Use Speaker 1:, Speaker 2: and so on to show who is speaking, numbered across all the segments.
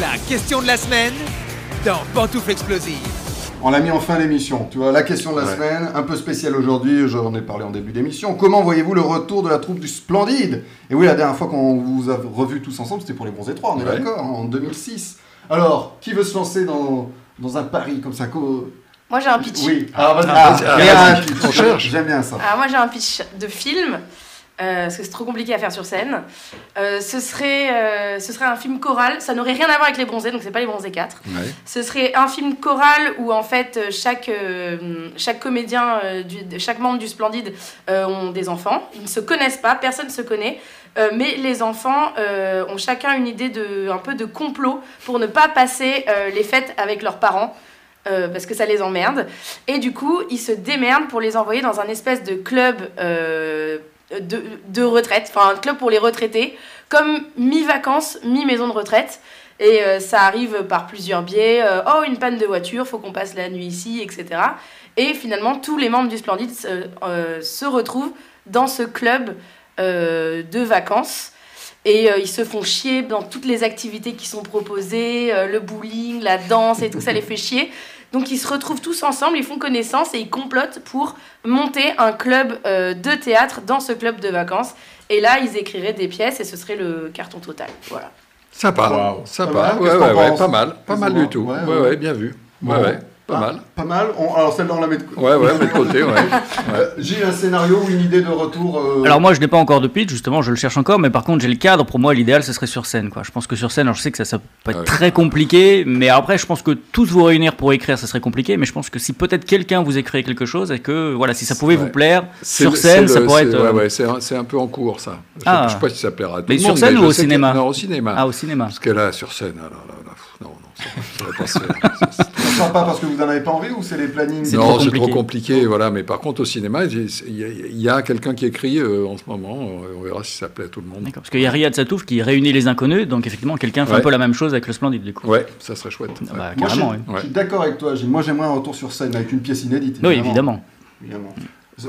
Speaker 1: la question de la semaine dans Pantoufle Explosive.
Speaker 2: On l'a mis en fin d'émission. Tu vois, la question de la
Speaker 3: Ouais.
Speaker 2: semaine, un peu spéciale aujourd'hui, j'en ai parlé en début d'émission. Comment voyez-vous le retour de la troupe du Splendide Et oui, la dernière fois qu'on vous a revu tous ensemble, c'était pour les Bronzés 3, on est
Speaker 3: Ouais.
Speaker 2: d'accord, hein, en 2006. Alors, qui veut se lancer dans, dans un pari comme ça co-
Speaker 4: Moi j'ai un pitch.
Speaker 2: Oui, ah, vas-y,
Speaker 3: Ah,
Speaker 2: ah,
Speaker 3: vas-y,
Speaker 2: mais
Speaker 3: ah,
Speaker 2: un
Speaker 3: vas-y.
Speaker 2: pitch.
Speaker 3: On cherche.
Speaker 2: J'aime bien ça.
Speaker 4: Alors moi j'ai un pitch de film, euh, parce que c'est trop compliqué à faire sur scène. Euh, ce, serait, euh, ce serait un film choral, ça n'aurait rien à voir avec les bronzés, donc c'est pas les bronzés 4.
Speaker 3: Ouais.
Speaker 4: Ce serait un film choral où en fait euh, chaque, euh, chaque comédien, euh, du- de- chaque membre du Splendide euh, ont des enfants. Ils ne se connaissent pas, personne ne se connaît. euh, mais les enfants euh, ont chacun une idée de un peu de complot pour ne pas passer euh, les fêtes avec leurs parents euh, parce que ça les emmerde. Et du coup, ils se démerdent pour les envoyer dans un espèce de club euh, de, de retraite, enfin un club pour les retraités, comme mi-vacances, mi-maison de retraite. Et euh, ça arrive par plusieurs biais. euh, oh, une panne de voiture, faut qu'on passe la nuit ici, etc. Et finalement, tous les membres du Splendid se, euh, se retrouvent dans ce club euh, de vacances. Et euh, ils se font chier dans toutes les activités qui sont proposées, euh, le bowling, la danse et tout ça les fait chier. Donc ils se retrouvent tous ensemble, ils font connaissance et ils complotent pour monter un club euh, de théâtre dans ce club de vacances. Et là, ils écriraient des pièces et ce serait le carton total. Voilà.
Speaker 3: Sympa,
Speaker 2: Wow.
Speaker 3: sympa.
Speaker 2: Pas mal,
Speaker 3: ouais,
Speaker 2: qu'est-ce
Speaker 3: ouais,
Speaker 2: qu'on
Speaker 3: ouais,
Speaker 2: pense
Speaker 3: pas mal, pas
Speaker 2: Qu'est-ce
Speaker 3: mal
Speaker 2: qu'on
Speaker 3: du
Speaker 2: pense
Speaker 3: tout.
Speaker 2: Ouais,
Speaker 3: Ouais,
Speaker 2: ouais.
Speaker 3: ouais, bien vu.
Speaker 2: Bon.
Speaker 3: Ouais, ouais, pas
Speaker 2: Ah,
Speaker 3: mal.
Speaker 2: Pas mal. On- alors, celle-là, on la met de
Speaker 5: Ah.
Speaker 2: côté.
Speaker 3: Ouais, ouais, mais de côté, ouais.
Speaker 2: Euh, J'ai un scénario ou une idée de retour. euh,
Speaker 5: Alors moi je n'ai pas encore de pitch, justement je le cherche encore, mais par contre j'ai le cadre, pour moi l'idéal ce serait sur scène. Quoi. Je pense que sur scène, alors je sais que ça, ça peut être
Speaker 3: Ouais.
Speaker 5: très compliqué, mais après je pense que tous vous réunir pour écrire ça serait compliqué, mais je pense que si peut-être quelqu'un vous écrit quelque chose et que voilà, si ça pouvait
Speaker 3: Ouais.
Speaker 5: vous plaire,
Speaker 3: C'est
Speaker 5: sur
Speaker 3: le-
Speaker 5: scène
Speaker 3: c'est
Speaker 5: ça
Speaker 3: le-
Speaker 5: pourrait
Speaker 3: c'est-
Speaker 5: être...
Speaker 3: ouais,
Speaker 5: euh,
Speaker 3: ouais, c'est un, c'est un peu en cours, ça. Je
Speaker 5: Ah.
Speaker 3: ne sais pas si ça plaira à tout
Speaker 5: Mais
Speaker 3: le
Speaker 5: sur
Speaker 3: monde,
Speaker 5: scène
Speaker 3: mais
Speaker 5: ou
Speaker 3: je
Speaker 5: au
Speaker 3: sais que-
Speaker 5: cinéma
Speaker 3: Non, au cinéma.
Speaker 5: Ah au cinéma.
Speaker 3: Parce que là, sur scène, alors là, là, pff, non, non, ça ne va pas se faire. Ça, c'est-
Speaker 2: Ça sera pas parce que vous n'en avez pas envie ou c'est les plannings
Speaker 5: C'est
Speaker 3: non,
Speaker 5: trop
Speaker 3: c'est trop
Speaker 5: compliqué.
Speaker 3: compliqué, voilà. Mais par contre, au cinéma, il y a, il y a quelqu'un qui écrit euh, en ce moment. On verra si ça plaît à tout le monde.
Speaker 5: D'accord, parce qu'il y a Riyad Satouf qui réunit les inconnus, donc effectivement quelqu'un fait
Speaker 3: Ouais.
Speaker 5: un peu la même chose avec le Splendide du coup.
Speaker 3: Ouais, ça serait chouette.
Speaker 5: Ah bah,
Speaker 2: Moi, je suis,
Speaker 5: carrément, oui.
Speaker 2: je suis d'accord avec toi, Gilles. Moi, j'aimerais un retour sur scène avec une pièce inédite.
Speaker 5: Oui, évidemment.
Speaker 2: évidemment.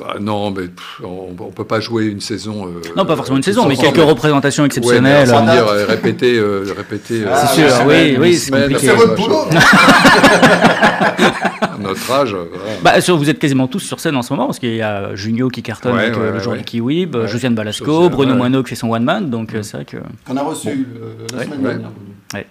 Speaker 3: Ah, non, mais pff, on ne peut pas jouer une saison. euh,
Speaker 5: Non, pas forcément une
Speaker 3: tous
Speaker 5: saison, mais
Speaker 3: ensemble.
Speaker 5: quelques représentations
Speaker 3: Ouais, mais
Speaker 5: exceptionnelles.
Speaker 3: alors,
Speaker 5: euh,
Speaker 3: sans dire, euh, répéter, euh, répéter. euh,
Speaker 2: Ah. C'est
Speaker 3: une
Speaker 2: sûr,
Speaker 3: semaine,
Speaker 5: oui, oui,
Speaker 3: une
Speaker 5: c'est
Speaker 3: semaine,
Speaker 5: compliqué.
Speaker 2: C'est
Speaker 3: après,
Speaker 2: votre
Speaker 3: machin.
Speaker 2: boulot
Speaker 3: À hein, notre âge, euh, voilà.
Speaker 5: Bah, sur- vous êtes quasiment tous sur scène en ce moment, parce qu'il y a Junio qui cartonne
Speaker 3: Ouais,
Speaker 5: avec euh,
Speaker 3: ouais,
Speaker 5: le
Speaker 3: ouais,
Speaker 5: jour
Speaker 3: ouais.
Speaker 5: du Kiwib,
Speaker 3: Ouais.
Speaker 5: Josiane Balasco,
Speaker 3: Josiane,
Speaker 5: Bruno
Speaker 3: ouais. Mm.
Speaker 5: Moineau qui fait son one man, donc euh, c'est vrai que.
Speaker 2: Qu'on a reçu euh, la
Speaker 5: Ouais.
Speaker 2: semaine
Speaker 3: Ouais.
Speaker 2: dernière.
Speaker 5: Ouais.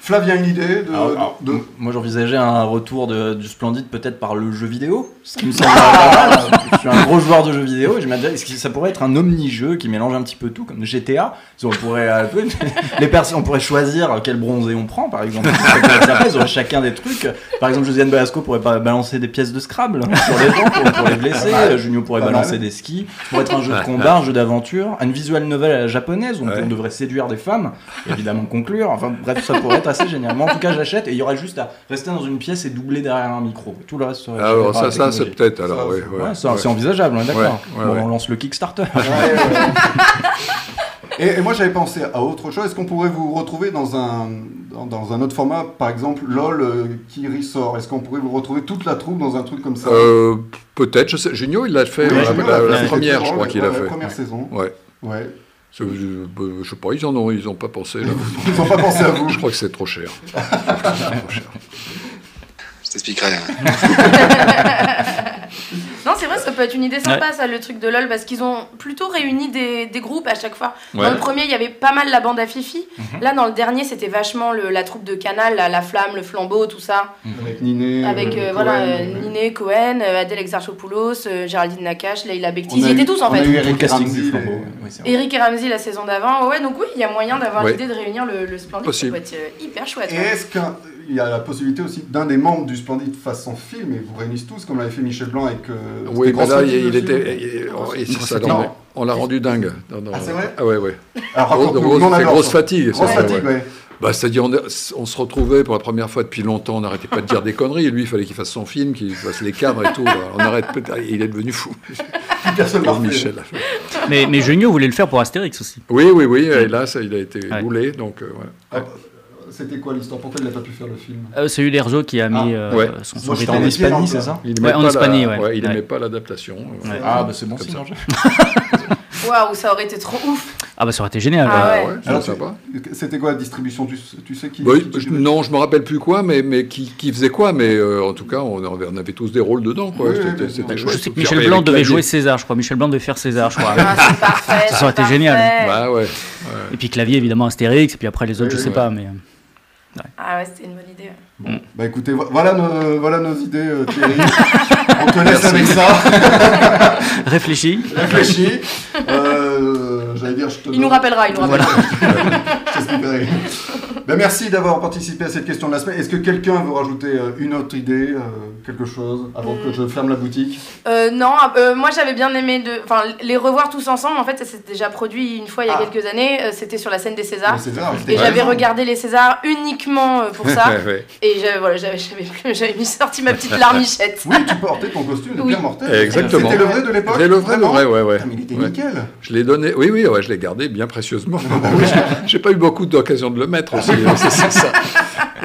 Speaker 2: Flavien, une idée de.
Speaker 6: Alors, alors,
Speaker 2: de- de-
Speaker 6: Moi j'envisageais un retour de- du Splendide peut-être par le jeu vidéo, ce qui me semble pas mal. Je suis un gros joueur de jeux vidéo et je me disais, est-ce que ça pourrait être un omni-jeu qui mélange un petit peu tout, comme GTA Parce qu'on pourrait, euh, les perso- on pourrait choisir quel bronzé on prend par exemple. Après, ils auraient chacun des trucs. Par exemple, Josiane Balasco pourrait pas balancer des pièces de Scrabble sur les gens pour, pour les blesser.
Speaker 2: Pas mal.
Speaker 6: Junio pourrait
Speaker 2: Ah, bah, Pas
Speaker 6: balancer
Speaker 2: mal.
Speaker 6: des skis. Ça pourrait être un jeu de combat, un jeu d'aventure, une visual novel à la japonaise où on
Speaker 3: Ouais.
Speaker 6: devrait séduire des femmes évidemment conclure. Enfin bref, ça pourrait être assez génial. Moi, en tout cas, j'achète et il y aurait juste à rester dans une pièce et doubler derrière un micro. Tout le reste serait.
Speaker 3: Ah, Alors,
Speaker 6: par
Speaker 3: ça, ça
Speaker 6: la
Speaker 3: c'est
Speaker 6: technologie.
Speaker 3: peut-être. Alors,
Speaker 2: Ça,
Speaker 3: ouais,
Speaker 2: c'est-
Speaker 3: ouais,
Speaker 6: Ouais, ça,
Speaker 3: ouais.
Speaker 6: c'est envisageable, on est d'accord.
Speaker 3: Ouais, ouais,
Speaker 6: Bon,
Speaker 3: ouais.
Speaker 6: on lance le Kickstarter.
Speaker 2: Ouais, ouais. Et, et moi, j'avais pensé à autre chose. Est-ce qu'on pourrait vous retrouver dans un, dans, dans un autre format, par exemple LOL euh, qui ressort Est-ce qu'on pourrait vous retrouver toute la troupe dans un truc comme ça
Speaker 3: Euh, peut-être, je sais. Junio, il l'a fait
Speaker 2: Oui,
Speaker 3: euh,
Speaker 2: j'ai vu,
Speaker 3: la,
Speaker 2: la-
Speaker 3: la
Speaker 2: la-
Speaker 3: première, je crois
Speaker 2: ouais,
Speaker 3: qu'il l'a
Speaker 2: ouais,
Speaker 3: fait.
Speaker 2: La première saison.
Speaker 3: Ouais.
Speaker 2: Ouais.
Speaker 3: Je, je- je sais pas, ils en ont, ils ont pas pensé. là.
Speaker 2: Ils n'ont pas pensé à vous.
Speaker 3: je crois que c'est trop cher.
Speaker 7: Je t'expliquerai. hein.
Speaker 4: Non, c'est vrai, ça peut être une idée sympa, ça, le truc de LOL, parce qu'ils ont plutôt réuni des, des groupes à chaque fois.
Speaker 3: Ouais.
Speaker 4: Dans le premier, il y avait pas mal la bande à Fifi.
Speaker 2: Mhm.
Speaker 4: Là, dans le dernier, c'était vachement le- la troupe de Canal, la, la flamme, le flambeau, tout ça.
Speaker 2: Avec Niné.
Speaker 4: Avec
Speaker 2: euh,
Speaker 4: euh, voilà,
Speaker 2: Cohen,
Speaker 4: euh,
Speaker 2: ouais.
Speaker 4: Niné, Cohen, euh, Adèle Exarchopoulos, euh, Géraldine Nakache, Leïla Bekti.
Speaker 2: On a
Speaker 4: Ils y
Speaker 2: eu-
Speaker 4: étaient tous en
Speaker 2: on a
Speaker 4: fait.
Speaker 2: eu
Speaker 6: Tout le
Speaker 2: Eric
Speaker 6: casting
Speaker 2: Ramsey,
Speaker 6: du flambeau.
Speaker 2: les-
Speaker 6: Oui, c'est vrai.
Speaker 4: Eric et Ramsey la saison d'avant. Ouais, donc oui, il y a moyen d'avoir
Speaker 3: Ouais.
Speaker 4: l'idée de réunir le, le Splendid. Ça
Speaker 3: Possible.
Speaker 4: peut être euh, hyper chouette.
Speaker 2: Et
Speaker 4: ouais.
Speaker 2: est-ce qu'il y a la possibilité aussi que d'un des membres du Splendid fasse son film et vous réunissez tous, comme l'avait fait Michel Blanc avec. euh, c'était
Speaker 3: Oui, mais là,
Speaker 2: Grosse
Speaker 3: il,
Speaker 2: Famille,
Speaker 3: il
Speaker 2: le film
Speaker 3: était. il- il- il- ça,
Speaker 2: Non.
Speaker 3: non, on l'a rendu dingue. Non, non,
Speaker 2: Ah, c'est vrai
Speaker 3: Ah, ouais, ouais.
Speaker 2: Alors,
Speaker 3: Grosse,
Speaker 2: raconte-nous,
Speaker 3: grosse-
Speaker 2: nous, on
Speaker 3: c'est
Speaker 2: adore
Speaker 3: grosse
Speaker 2: ça.
Speaker 3: fatigue. ça,
Speaker 2: Grosse
Speaker 3: ouais,
Speaker 2: fatigue,
Speaker 3: ouais.
Speaker 2: ouais.
Speaker 3: Bah, C'est-à-dire, on, on se retrouvait pour la première fois depuis longtemps, on n'arrêtait pas de dire des conneries. Et lui, il fallait qu'il fasse son film, qu'il fasse les cadres et tout. On arrête peut Il est devenu fou.
Speaker 2: Plus personne
Speaker 3: Pauvre
Speaker 2: ne l'a fait.
Speaker 3: Michel.
Speaker 5: Mais, mais Junio voulait le faire pour Astérix aussi.
Speaker 3: Oui, oui, oui. Et là, ça, il a été
Speaker 5: Ouais.
Speaker 3: boulé. Donc, euh, voilà.
Speaker 2: Ah, C'était quoi l'histoire Pourquoi il n'a pas pu faire le film
Speaker 5: Euh, c'est Uderzo qui a mis euh,
Speaker 3: Ah, ouais.
Speaker 5: son, son
Speaker 2: Moi,
Speaker 6: J'étais
Speaker 2: Dans
Speaker 6: en
Speaker 2: les
Speaker 5: rythme.
Speaker 2: pieds, dans le
Speaker 6: Espagne, c'est
Speaker 2: plat.
Speaker 6: ça
Speaker 3: Il
Speaker 5: Ouais,
Speaker 3: aimait
Speaker 5: en
Speaker 3: pas la-
Speaker 5: Espagne, ouais.
Speaker 3: ouais, il
Speaker 5: Ouais.
Speaker 3: aimait pas l'adaptation.
Speaker 5: Ouais.
Speaker 6: Ah, bah c'est bon
Speaker 3: Comme
Speaker 6: signe,
Speaker 3: ça.
Speaker 6: Angèle.
Speaker 4: Waouh, ça aurait été trop ouf.
Speaker 5: Ah bah ça aurait été génial.
Speaker 4: Ah
Speaker 5: ouais.
Speaker 4: ouais.
Speaker 3: Ouais,
Speaker 2: Alors,
Speaker 3: ça va
Speaker 2: tu-
Speaker 3: pas.
Speaker 2: C'était quoi la distribution tu, tu sais qui.
Speaker 3: Bah oui,
Speaker 2: qui-
Speaker 3: je- non, je me rappelle plus quoi, mais, mais qui, qui faisait quoi, mais euh, en tout cas, on, avait- on avait tous des rôles dedans, quoi.
Speaker 2: Oui, oui,
Speaker 3: C'était-
Speaker 2: oui.
Speaker 3: c'était
Speaker 2: Je
Speaker 5: Je
Speaker 3: chouette.
Speaker 5: sais que
Speaker 3: Puis
Speaker 5: Michel
Speaker 3: après,
Speaker 5: Blanc
Speaker 3: avec
Speaker 5: devait
Speaker 3: la-
Speaker 5: jouer César, je crois. Michel Blanc devait faire César, je crois.
Speaker 4: Ah, c'est parfait.
Speaker 5: Ça
Speaker 4: c'est
Speaker 5: aurait été
Speaker 4: parfait.
Speaker 5: génial.
Speaker 3: Bah ouais.
Speaker 5: Et puis clavier évidemment Astérix, et puis après les autres,
Speaker 2: Oui, oui,
Speaker 5: je sais
Speaker 3: ouais.
Speaker 5: pas, mais. euh.
Speaker 4: Ah ouais, c'était une bonne idée.
Speaker 3: Euh,
Speaker 2: Bah écoutez, vo- voilà nos, voilà nos idées, euh, Thierry. on te laisse avec ça.
Speaker 5: Réfléchis.
Speaker 2: Réfléchis. Euh, J'allais dire, je te.
Speaker 4: Il nous
Speaker 2: donne-
Speaker 4: rappellera, il nous rappellera.
Speaker 2: C'est ce qui paraît. Ben, merci d'avoir participé à cette question de la semaine. Est-ce que quelqu'un veut rajouter euh, une autre idée, euh, quelque chose, avant que je ferme la boutique
Speaker 4: Euh, non, euh, moi j'avais bien aimé de, enfin, les revoir tous ensemble. En fait, ça s'est déjà produit une fois il y a
Speaker 2: Ah.
Speaker 4: quelques années. euh, C'était sur la scène des Césars.
Speaker 2: Mais Ben, c'est ça, c'était
Speaker 4: Et j'avais
Speaker 2: vraiment-
Speaker 4: regardé les Césars uniquement euh, pour ça.
Speaker 3: Ouais, ouais.
Speaker 4: Et j'avais voilà, j'avais j'avais plus- j'avais mis sorti ma petite larmichette.
Speaker 2: Oui, tu portais ton costume, il est
Speaker 4: Oui.
Speaker 2: bien mortel.
Speaker 3: Exactement.
Speaker 2: C'était le vrai de l'époque
Speaker 3: C'est le vrai, le
Speaker 2: vraiment
Speaker 3: vrai, ouais, ouais.
Speaker 2: Ah, mais il était
Speaker 3: Ouais.
Speaker 2: nickel.
Speaker 3: Je l'ai donné, oui, oui, ouais, je l'ai gardé bien précieusement.
Speaker 2: Ah bah
Speaker 3: Oui, j'ai- J'ai pas eu beaucoup d'occasion de le mettre aussi, hein, c'est c'est ça.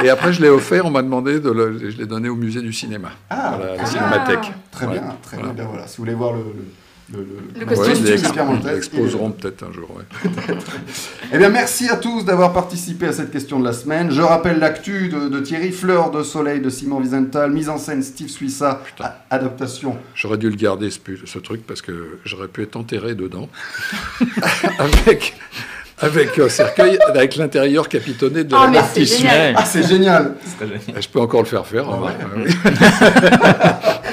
Speaker 3: Et après, je l'ai offert, on m'a demandé de le. Je l'ai donné au musée du cinéma,
Speaker 2: Ah,
Speaker 3: à la cinémathèque.
Speaker 4: Ah.
Speaker 2: très
Speaker 3: Ouais.
Speaker 2: bien, très
Speaker 3: Voilà.
Speaker 2: bien. Ben voilà, si vous voulez voir le, le, le,
Speaker 4: Le
Speaker 3: Ouais,
Speaker 4: costume
Speaker 3: ils
Speaker 4: du
Speaker 2: de
Speaker 3: l'ex-
Speaker 2: Pierre
Speaker 3: ils
Speaker 2: Montez.
Speaker 3: l'exposeront peut-être un jour. ouais.
Speaker 2: Eh bien, merci à tous d'avoir participé à cette question de la semaine. Je rappelle l'actu de, de Thierry Fleur, de Soleil, de Simon Wiesenthal, mise en scène Steve Suissa, a- adaptation.
Speaker 3: J'aurais dû le garder, ce, pu- ce truc, parce que j'aurais pu être enterré dedans. avec avec un cercueil, avec l'intérieur capitonné de
Speaker 4: Ah,
Speaker 3: la
Speaker 4: mais c'est
Speaker 3: mortisse.
Speaker 4: génial.
Speaker 2: Ah, c'est génial
Speaker 6: C'était génial.
Speaker 3: Je peux encore le faire faire.
Speaker 2: Ah
Speaker 3: hein,
Speaker 2: ouais.
Speaker 3: ouais, ouais.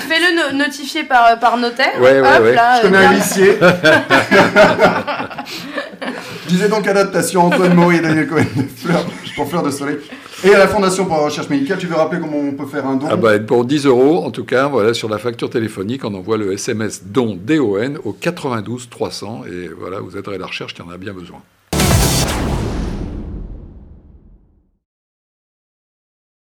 Speaker 4: Fais-le no- notifier par, par notaire.
Speaker 3: Ouais, ouais,
Speaker 4: Hop,
Speaker 3: ouais.
Speaker 4: là,
Speaker 2: Je connais
Speaker 4: euh,
Speaker 2: un huissier. Je disais donc adaptation Antoine Maury et Daniel Cohen de Fleur, pour Fleur de Soleil. Et à la Fondation pour la Recherche Médicale, tu veux rappeler comment on peut faire un don
Speaker 3: Ah bah, pour 10 euros, en tout cas, voilà, sur la facture téléphonique, on envoie le SMS DON, D-O-N, au 92 300, et voilà, vous aiderez la recherche qui en a bien besoin.